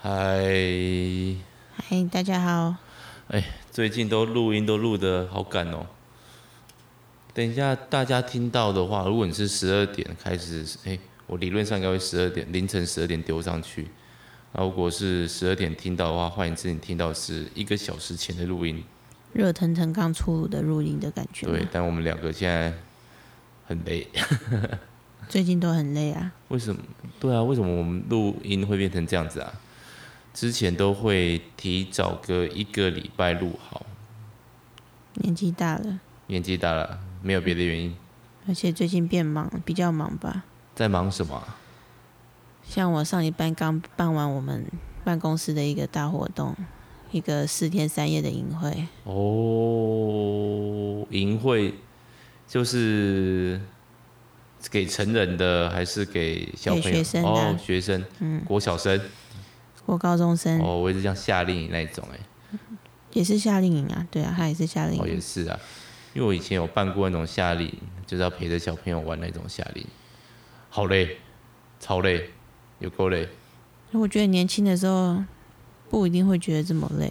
嗨，嗨，大家好。哎，最近都录音都录的好赶哦。等一下大家听到的话，如果你是十二点开始，哎，我理论上应该会十二点凌晨十二点丢上去。那如果是十二点听到的话，换言之，你听到的是一个小时前的录音。热腾腾刚出炉的录音的感觉吗，对，但我们两个现在很累，最近都很累啊。为什么？对啊，为什么我们录音会变成这样子啊？之前都会提早个一个礼拜录好，年纪大了，年纪大了，没有别的原因。而且最近变忙，比较忙吧。在忙什么啊、像我上礼拜刚办完我们办公室的一个大活动，一个四天三夜的营会，哦，淫秽就是给成人的还是给小朋友？给学生的哦，学生，嗯，国小生。国高中生、哦，我也是像夏令营那一种、欸，哎，也是夏令营啊，对啊，他也是夏令哦，也营，是啊，因为我以前有办过那种夏令营，就是要陪着小朋友玩那种夏令营，好累，超累，有够累。我觉得年轻的时候不一定会觉得这么累，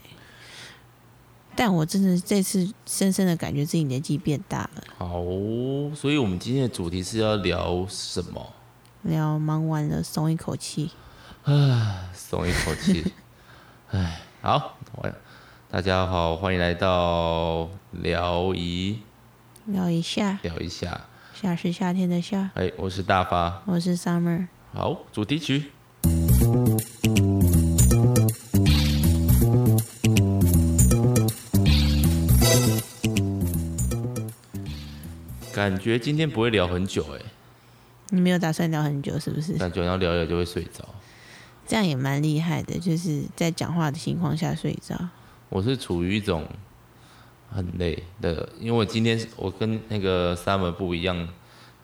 但我真的这次深深的感觉自己年纪变大了，好，所以我们今天的主题是要聊什么？聊忙完了松一口气。松一口气。哎，好，我大家好，欢迎来到聊一聊一下，聊一下。夏是夏天的夏，哎，我是大发。我是 Summer。好，主题曲。感觉今天不会聊很久哎、你没有打算聊很久是不是？感觉要聊一聊就会睡着。这样也蛮厉害的，就是在讲话的情况下睡着。我是处于一种很累的，因为我今天是我跟那个 Summer 不一样，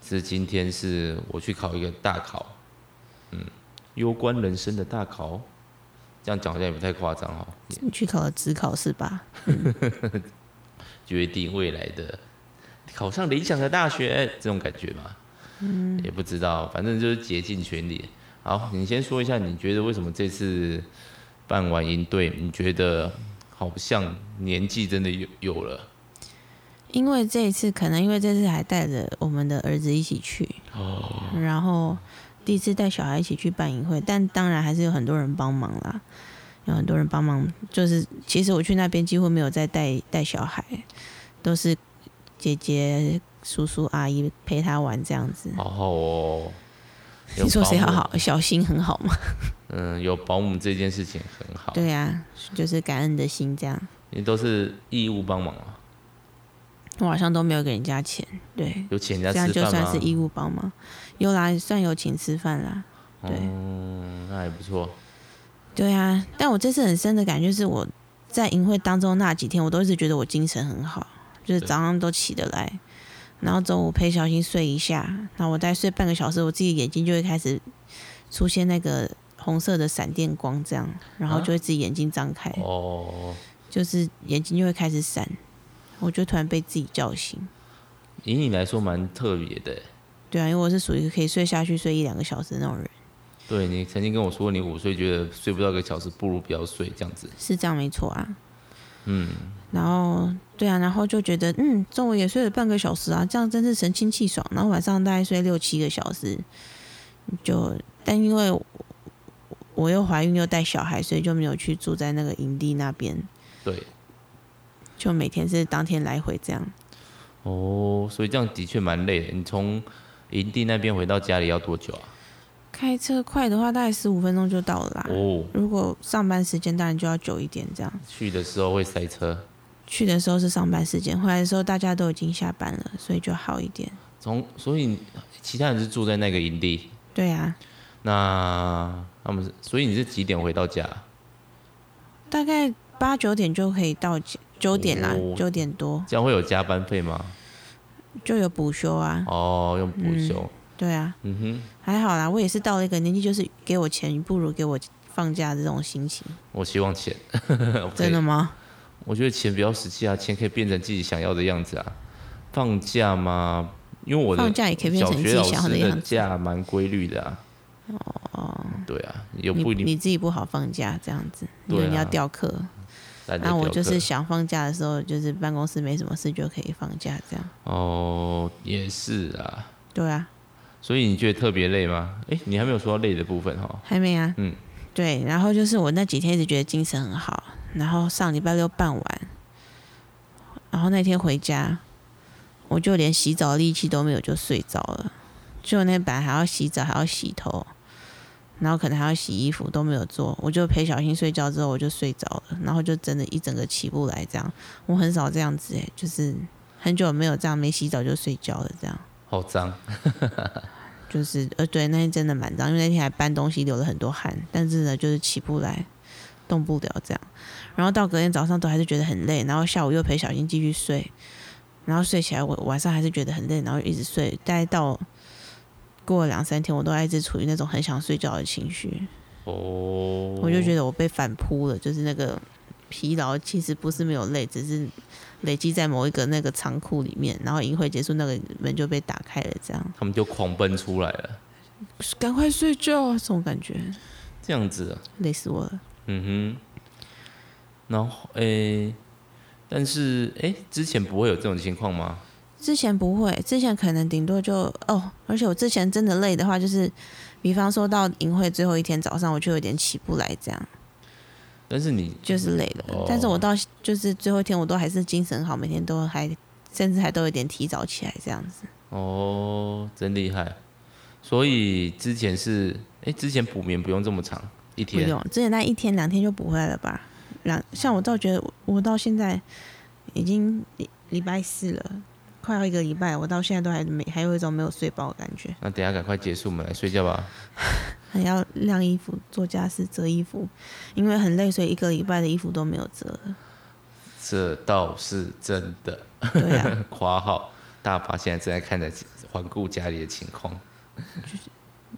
是今天是我去考一个大考，嗯，攸关人生的大考，这样讲好像也不太夸张哈，哦也你去考了职考是吧？决定未来的考上理想的大学这种感觉嘛，嗯，也不知道，反正就是竭尽全力。好，你先说一下，你觉得为什么这次办完营队，你觉得好像年纪真的有有了？因为这一次可能因为这次还带着我们的儿子一起去，然后第一次带小孩一起去办营会，但当然还是有很多人帮忙啦，有很多人帮忙。就是其实我去那边几乎没有再带带小孩，都是姐姐、叔叔、阿姨陪他玩这样子。好好哦。有你说谁保好姆？好？小新很好嘛？嗯，有保姆这件事情很好。，对啊，就是感恩的心这样。你都是义务帮忙啊，我好像都没有给人家钱，对，有请人这家样吃就饭算吗？是义务帮忙。有啦，算有请吃饭啦。对嗯，那还不错。对啊，但我这次很深的感觉是，我在营会当中那几天，我都一直觉得我精神很好，就是对早上都起得来，然后中午陪小新睡一下，那我大概睡半个小时，我自己眼睛就会开始出现那个红色的闪电光，这样，然后啊就会自己眼睛张开。哦，就是眼睛就会开始闪，我就突然被自己叫醒。以你来说蛮特别的欸。对啊，因为我是属于可以睡下去睡一两个小时的那种人，对你曾经跟我说，你午睡觉得睡不到一个小时，不如不要睡这样子。是这样没错啊。嗯，然后对啊，然后就觉得嗯，中午也睡了半个小时啊，这样真是神清气爽。然后晚上大概睡六七个小时，就但因为我我又怀孕又带小孩，所以就没有去住在那个营地那边，对。就每天是当天来回这样。哦，所以这样的确蛮累的。你从营地那边回到家里要多久啊？开车快的话，大概十五分钟就到了啦。哦，如果上班时间当然就要久一点这样。去的时候会塞车。去的时候是上班时间，回来的时候大家都已经下班了，所以就好一点。从所以其他人是住在那个营地，对啊，那他们是所以你是几点回到家啊？大概八九点就可以到家，九点啦哦，九、点多这样会有加班费吗？就有补休啊。哦，用补休。对啊，嗯还好啦，我也是到了一个年纪，就是给我钱不如给我放假这种心情。哼，我希望钱。真的吗？我觉得钱比较实际啊，钱可以变成自己想要的样子啊。放假嘛，因为我的放假也可以变小成自学己老想要的师样的子。假蛮规律的啊。哦，对啊，又你不一定你自己不好放假这样子，对啊你要调课。大家那我雕刻就是想放假的时候，就是办公室没什么事就可以放假这样。哦，也是啊。对啊，所以你觉得特别累吗？哎、你还没有说到累的部分哈。还没啊。嗯，对。然后就是我那几天一直觉得精神很好，然后上礼拜六傍晚，然后那天回家，我就连洗澡的力气都没有，就睡着了。就我那天本来还要洗澡，还要洗头，然后可能还要洗衣服都没有做，我就陪小新睡觉之后我就睡着了，然后就真的一整个起不来这样。我很少这样子哎、就是很久没有这样没洗澡就睡觉了这样。好脏，就是呃，对，那天真的蛮脏，因为那天还搬东西，流了很多汗，但是呢，就是起不来，动不了这样。然后到隔天早上都还是觉得很累，然后下午又陪小新继续睡，然后睡起来我晚上还是觉得很累，然后一直睡，大概到过了两三天，我都还一直处于那种很想睡觉的情绪，哦，我就觉得我被反扑了，就是那个疲劳其实不是没有累，只是累积在某一个那个仓库里面，然后营会结束，那个门就被打开了，这样他们就狂奔出来了，赶快睡觉啊，这种感觉。这样子、啊，累死我了。嗯哼，然后哎、但是哎、之前不会有这种情况吗？之前不会，之前可能顶多就哦，而且我之前真的累的话，就是比方说到营会最后一天早上，我就有点起不来，这样但是你就是累了。哦但是我到就是最后一天，我都还是精神好，每天都还甚至还都有点提早起来这样子。哦，真厉害，所以之前是哎、之前补眠不用这么长，一不天用，之前那一天两天就不会了吧？两像我倒觉得我我到现在已经礼礼拜四了，快要一个礼拜，我到现在都还没还有一种没有睡饱的感觉。那等一下赶快结束，我们来睡觉吧。还要晾衣服、做家事、折衣服，因为很累，所以一个礼拜的衣服都没有折了。这倒是真的。对啊， 括号大爸现在正在看着环顾家里的情况。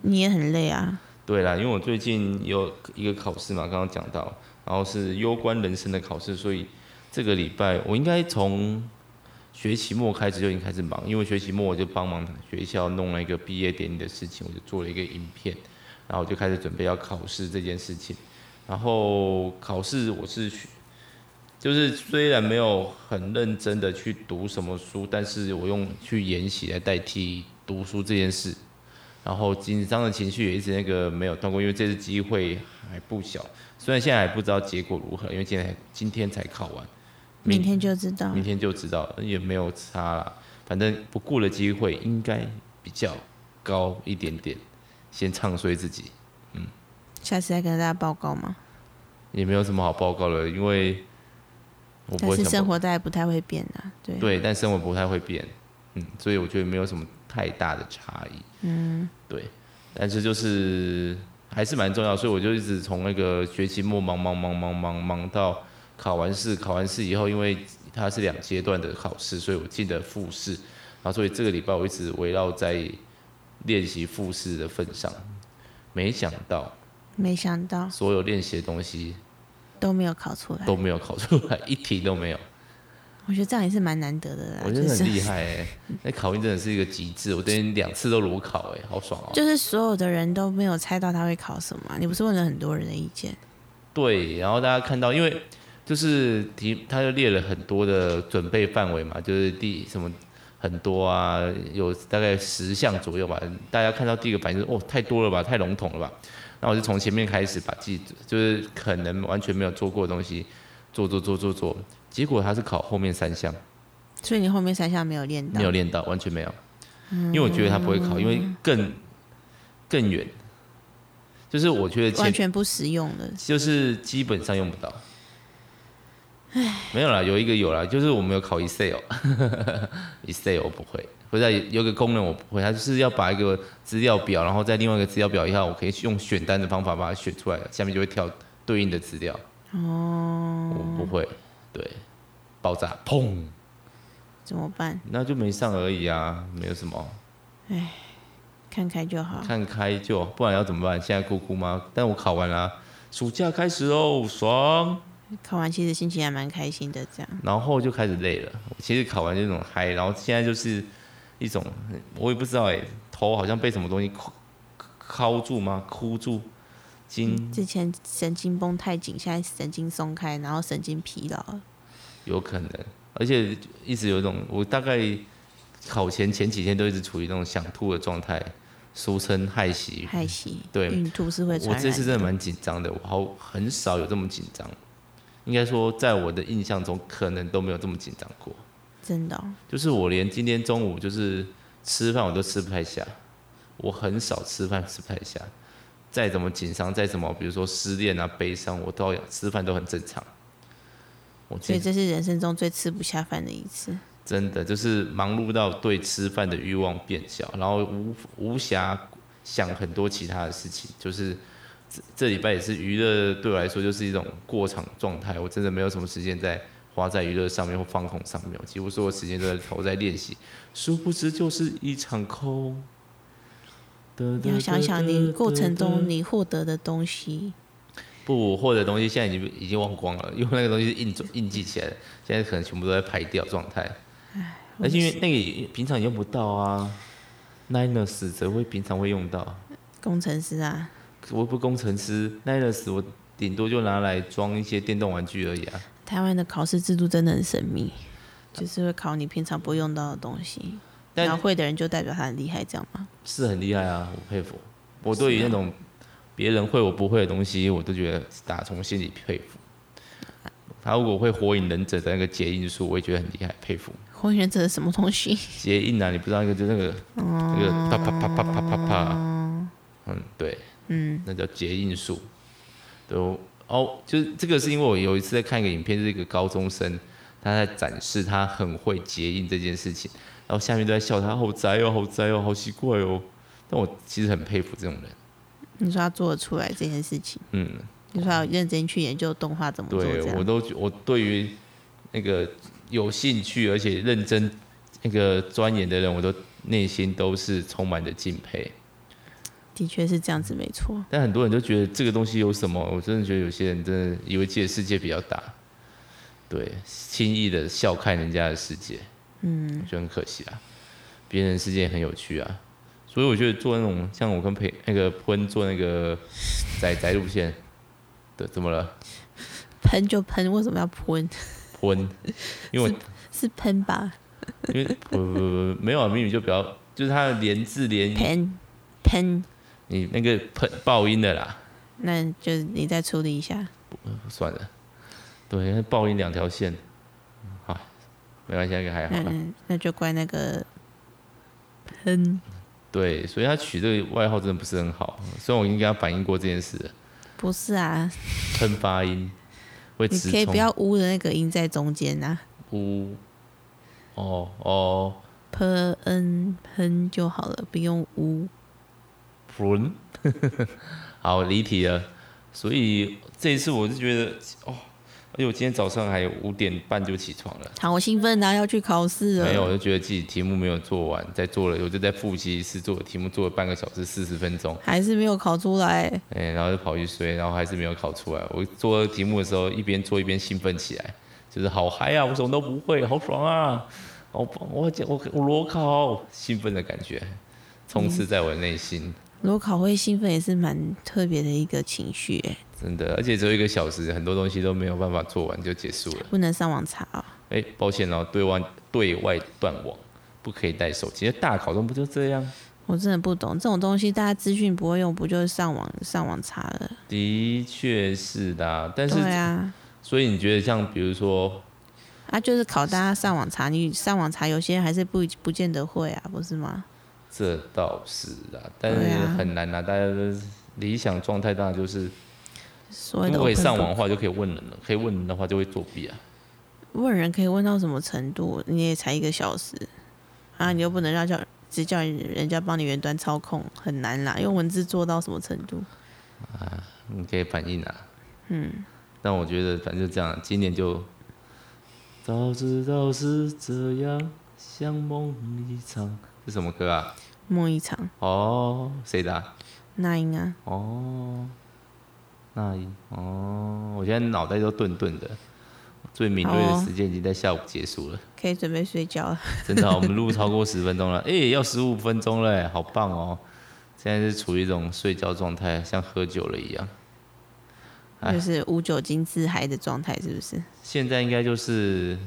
你也很累啊。对啦，因为我最近有一个考试嘛，刚刚讲到，然后是攸关人生的考试，所以这个礼拜我应该从学期末开始就已经开始忙，因为学期末我就帮忙学校弄了一个毕业典礼的事情，我就做了一个影片，然后我就开始准备要考试这件事情。然后考试我是去，就是虽然没有很认真的去读什么书，但是我用去研习来代替读书这件事。然后紧张的情绪也一直那个没有断过，因为这次机会还不小。虽然现在还不知道结果如何，因为今天今天才考完，明天就知道明，天就知道了，也没有差啦。反正不顾的机会应该比较高一点点，先唱衰自己，下次再跟大家报告嘛。也没有什么好报告了，因为我不但会是想生报活大概不太会变啊。对，对，但生活不太会变，嗯，所以我觉得没有什么太大的差异，嗯，对，但是就是还是蛮重要，所以我就一直从那个学期末忙忙忙忙忙忙到考完试，考完试以后，因为它是两阶段的考试，所以我记得复试，然后所以这个礼拜我一直围绕在练习复试的份上，没想到没想到所有练习的东西都没有考出来，都没有考出来，一题都没有。我觉得这样也是蛮难得的啦。我觉得啊就是很厉害哎、那考运真的是一个极致，我最近两次都裸考哎、好爽哦、 就是所有的人都没有猜到他会考什么啊、你不是问了很多人的意见？对，然后大家看到，因为就是题，他就列了很多的准备范围嘛，就是第什么很多啊，有大概十项左右吧。大家看到第一个反应就是哦，太多了吧，太笼统了吧。那我就从前面开始把自己就是可能完全没有做过的东西做做做做做，结果他是考后面三项。所以你后面三项没有练到没，有练到，完全没有。嗯因为我觉得他不会考，因为更更远，就是我觉得完前全不实用的。就是基本上用不到。没有啦，有一个有啦，就是我没有考 Excel，Excel 我不会，不是啊有有一个功能我不会，它就是要把一个资料表，然后在另外一个资料表以后，我可以用选单的方法把它选出来，下面就会跳对应的资料。哦，我不嗯会，对，爆炸，砰，怎么办？那就没上而已啊，没有什么。看开就好。看开就，不然要怎么办？现在哭哭吗？但我考完啦、暑假开始喽，爽。考完其实心情还蛮开心的，这样。然后就开始累了。其实考完就那种嗨，然后现在就是一种，我也不知道哎、头好像被什么东西扣靠住吗？箍住筋，之前神经绷太紧，现在神经松开，然后神经疲劳了。有可能。而且一直有一种，我大概考前前几天都一直处于那种想吐的状态，俗称害喜。害喜，嗯对孕吐是会传我染。这次真的蛮紧张的，我好很少有这么紧张，应该说在我的印象中可能都没有这么紧张过。真的哦、就是我连今天中午就是吃饭我都吃不太下，我很少吃饭吃不太下，再怎么紧张，再怎么比如说失恋啊、悲伤，我都要吃饭都很正常。我所以今这是人生中最吃不下饭的一次。真的就是忙碌到对吃饭的欲望变小，然后无无暇想很多其他的事情。就是这这礼拜也是娱乐对我来说就是一种过场状态，我真的没有什么时间在花在娱乐上面或放空上面，我几乎所有时间都在投在练习，殊不知就是一场空。你要想想，你过程中你获得的东西，不我获得的东西现在已经已经忘光了，因为那个东西是印印记起来的，现在可能全部都在排掉状态。而且因为那个也平常也用不到啊，Niners 只会平常会用到。工程师啊，我又不是工程师，Niners 我顶多就拿来装一些电动玩具而已啊。台湾的考试制度真的很神秘，就是会考你平常不会用到的东西，然但后会的人就代表他很厉害，这样吗？是很厉害啊，我佩服。我对于那种别人会我不会的东西，我都觉得打从心里佩服。他如果会火影忍者的那个结印术，我也觉得很厉害，佩服。火影忍者是什么东西？ 结印啊，你不知道那个就那个那个哦啪啪啪啪啪啪啪，嗯，对，嗯，那叫结印术。对，我哦，就是这个是因为我有一次在看一个影片，就是一个高中生，他在展示他很会结印这件事情，然后下面都在笑他好宅哦，好宅哦，好奇怪哦。但我其实很佩服这种人，你说他做得出来这件事情，嗯，你说他有认真去研究动哦画怎么做，对这我样都我对于那个有兴趣而且认真那个钻研的人，我都内心都是充满着敬佩。的确是这样子，没错。但很多人都觉得这个东西有什么？我真的觉得有些人真的以为自己的世界比较大，对，轻易的笑看人家的世界，嗯，我觉得很可惜啊。别人的世界也很有趣啊，所以我觉得做那种像我跟裴那个坤做那个仔仔路线，对，怎么了？喷就喷，为什么要喷？ 坤，因为我是喷吧？因为不不不不没有啊，明明就比较就是他的连字连音，喷喷，你那个喷爆音的啦，那就你再处理一下。算了，对，那爆音两条线，好，没关系，那个还好那啦。那那就怪那个喷，对，所以他取这个外号真的不是很好。嗯虽然我已经跟他反映过这件事了，不是啊？喷发音会你直可以冲不要污的那个音在中间啊，呜，哦哦，喷喷就好了，不用污。噗， 好离题了。所以这一次我是觉得哦，而且我今天早上还五点半就起床了，好兴奋啊，要去考试了。没有我就觉得自己题目没有做完，再做了我就在复习一次做的题目，做了半个小时四十分钟。还是没有考出来，哎、然后就跑去睡，然后还是没有考出来。我做题目的时候，一边做一边兴奋起来，就是好嗨啊！我什么都不会，好爽啊！好棒！我我我裸考，兴奋的感觉充嗯斥在我的内心，裸考会兴奋也是蛮特别的一个情绪欸耶，真的。而且只有一个小时，很多东西都没有办法做完就结束了。不能上网查哦。哎、抱歉哦，对外对外断网，不可以带手机。大考中不就这样？我真的不懂这种东西，大家资讯不会用，不就是上网上网查了？的确是的啊、但是、对啊，所以你觉得像比如说啊就是考大家上网查，你上网查有些人还是不不见得会啊，不是吗？这倒是啊，但是对啊很难啊。大家都是理想状态当然就是，所谓如的果可以 open 上 book 网的话，就可以问人了；可以问人的话，就会作弊啊。问人可以问到什么程度？你也才一个小时啊，你又不能让叫只叫人家帮你远端操控，很难啦。用文字做到什么程度？你可以反映啊。嗯。但我觉得反正就这样，今年就早知道是这样，像梦一场。这什么歌啊？梦一场，哦，谁的、啊？那应啊，哦，那一哦，我现在脑袋都顿顿的，最敏锐好的哦时间已经在下午结束了。可以准备睡觉了。 真的哦、我们录超过十分钟了，哎、要十五分钟了，哎好棒哦！现在是处于一种睡觉状态，像喝酒了一样。哎就是无酒精自嗨的状态，是不是？现在应该就是，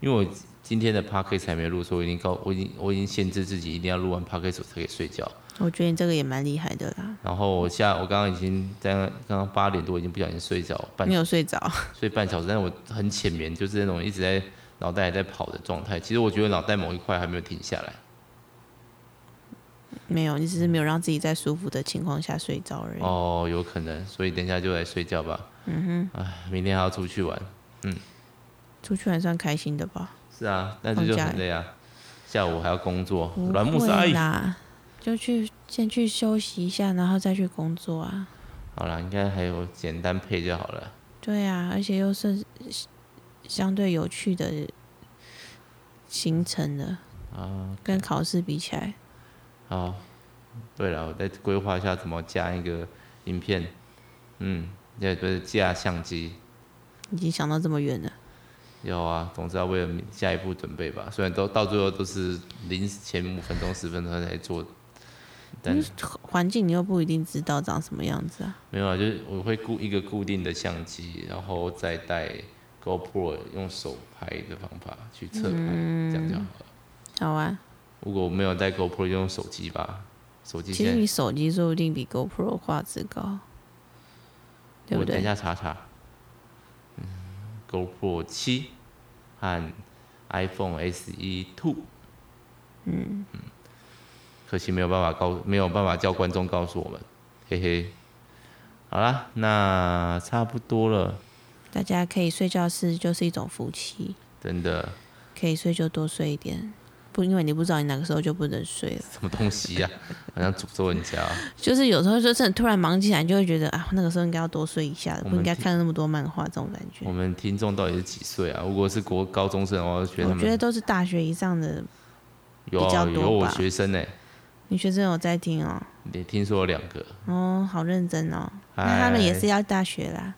因为我今天的 p a r k 才没录，所以我已经告我已经我已经限制自己一定要录完 p a r k 才可以睡觉。我觉得你这个也蛮厉害的啦，然后我下我刚刚已经在刚刚八点多已经不小心睡着半没有睡着， 睡半小时，但是我很浅眠，就是那种一直在脑袋还在跑的状态。其实我觉得脑袋某一块还没有停下来。没有，你只是没有让自己在舒服的情况下睡着而已。哦，有可能，所以等一下就来睡觉吧。嗯哼，哎，明天还要出去玩。出去还算开心的吧？是啊，但是就很累啊，下午还要工作。不软木塞，会啦，就去先去休息一下，然后再去工作啊。好啦，应该还有简单配就好了。对啊，而且又是相对有趣的行程的啊，跟考试比起来，好，哦对了，我再规划一下怎么加一个影片。嗯，也就是架相机。已经想到这么远了。有啊，总之要为了明下一步准备吧。虽然都到最后都是临前五分钟、十分钟才做，但嗯环境你又不一定知道长什么样子啊。没有啊，就是我会固一个固定的相机，然后再带 GoPro 用手拍的方法去侧拍，嗯这样就好了。好啊，如果我没有带 GoPro，就用手机吧。手机其现实在你手机说不定比 GoPro 画质高，对不我等一对？下查查。嗯，GoPro 七和 iPhone SE Two。嗯嗯可惜没有办法告，没有办法叫观众告诉我们，嘿嘿。好啦，那差不多了，大家可以睡觉是就是一种福气，真的，可以睡就多睡一点，不因为你不知道你哪个时候就不能睡了。什么东西 呀、好像诅咒人家啊、就是有时候就真的突然忙起来，你就会觉得啊，那个时候应该要多睡一下，我不们应该听看那么多漫画这种感觉我。们听众到底是几岁啊？如果是国高中生的话，我就觉得他我觉得们都是大学以上的有比啊较多有我吧学生呢、女学生有在听哦，你听说有两个，哦，好认真哦。那哎他们也是要大学啦，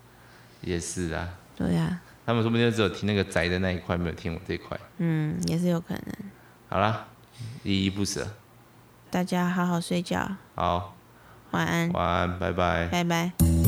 也是啊，对呀、啊，他们说不定就只有听那个宅的那一块，没有听我这一块。嗯，也是有可能。好啦，依依不舍。大家好好睡觉，好，晚安，晚安，拜拜。拜拜。